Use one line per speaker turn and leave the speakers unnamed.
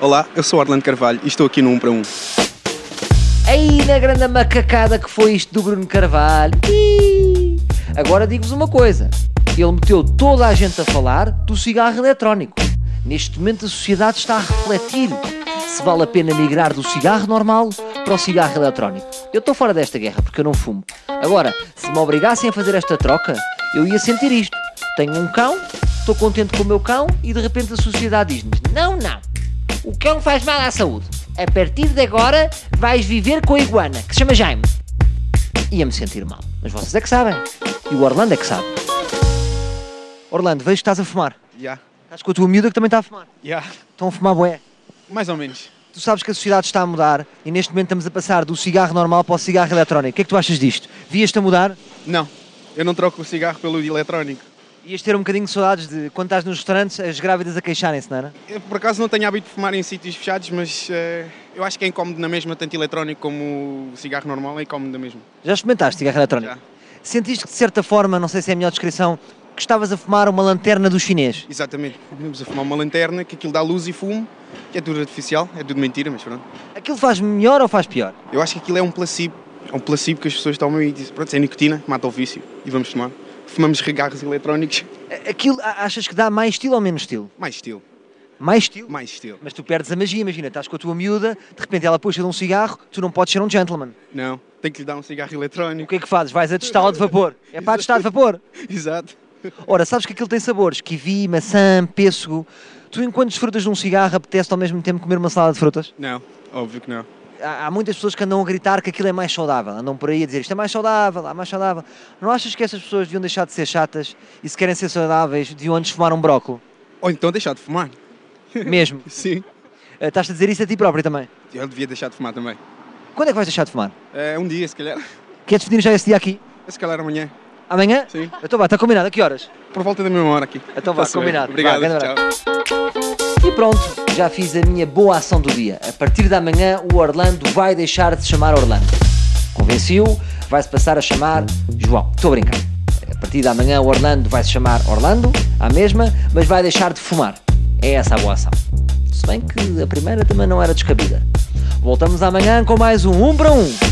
Olá, eu sou Orlando Carvalho e estou aqui no 1 para 1.
Aí na grande macacada que foi isto do Bruno Carvalho. Ih! Agora digo-vos uma coisa: ele meteu toda a gente a falar do cigarro eletrónico. Neste momento a sociedade está a refletir se vale a pena migrar do cigarro normal para o cigarro eletrónico. Eu estou fora desta guerra porque eu não fumo. Agora, se me obrigassem a fazer esta troca, eu ia sentir isto. Tenho um cão, estou contente com o meu cão e de repente a sociedade diz-nos: não, não. O cão faz mal à saúde. A partir de agora vais viver com a iguana, que se chama Jaime. Ia-me sentir mal. Mas vocês é que sabem. E o Orlando é que sabe. Orlando, vejo que estás a fumar.
Já,
Estás com a tua miúda que também está a fumar.
já,
Estão a fumar bué.
mais ou menos.
Tu sabes que a sociedade está a mudar e neste momento estamos a passar do cigarro normal para o cigarro eletrónico. O que é que tu achas disto? Vias-te a mudar?
Não, eu não troco o cigarro pelo eletrónico.
Ias ter um bocadinho de saudades de quando estás nos restaurantes as grávidas a queixarem-se, não era?
Eu, por acaso não tenho hábito de fumar em sítios fechados, mas eh, eu acho que é incómodo na mesma, tanto eletrónico como o cigarro normal é incómodo na mesma.
Já experimentaste cigarro eletrónico?
Já.
Sentiste que de certa forma, não sei se é a melhor descrição, que estavas a fumar uma lanterna do chinês?
Exatamente, vamos a fumar uma lanterna, que aquilo dá luz e fumo, que é tudo artificial, é tudo mentira, mas pronto.
Aquilo faz melhor ou faz pior?
Eu acho que aquilo é um placebo, é um placebo que as pessoas tomam e dizem, pronto, é nicotina, mata o vício, e vamos tomar. Fumamos regarros eletrónicos,
A- Aquilo a- achas que dá mais estilo ou menos estilo?
mais estilo,
Mais estilo?
mais estilo.
Mas tu perdes a magia, imagina, estás com a tua miúda, de repente ela puxa de um cigarro, tu não podes ser um gentleman.
Não, tem que lhe dar um cigarro
O
eletrónico.
que é que fazes? Vais a testá-la de vapor. É para testar de vapor.
Exato.
Ora, sabes que aquilo tem sabores, kiwi, maçã, pêssego. Tu enquanto desfrutas de um cigarro, apetece ao mesmo tempo comer uma salada de frutas?
Não, óbvio que não.
Há, há muitas pessoas que andam a gritar que aquilo é mais saudável, andam por aí a dizer isto é mais saudável, há mais saudável. Não achas que essas pessoas deviam deixar de ser chatas e se querem ser saudáveis, deviam antes fumar um brócolis?
Ou então deixar de fumar.
Mesmo.
Sim.
Eh, Estás a dizer isso a ti próprio também.
Eu devia deixar de fumar também.
Quando é que vais deixar de fumar?
É, um dia, se calhar.
Quer definir já esse dia aqui?
Se calhar amanhã.
Amanhã?
Sim.
Então vá, está combinado. A que horas?
Por volta da mesma hora aqui. Tá
Então vá,
Tá-se bem.
combinado.
Obrigado.
Vá, grande
tchau.
E pronto, já fiz a minha boa ação do dia. A partir da manhã, o Orlando vai deixar de se chamar Orlando. Convenciu, vai-se passar a chamar João. Estou a brincar. A partir da manhã, o Orlando vai se chamar Orlando, à mesma, mas vai deixar de fumar. É essa a boa ação. Se bem que a primeira também não era descabida. Voltamos amanhã com mais um 1 para 1.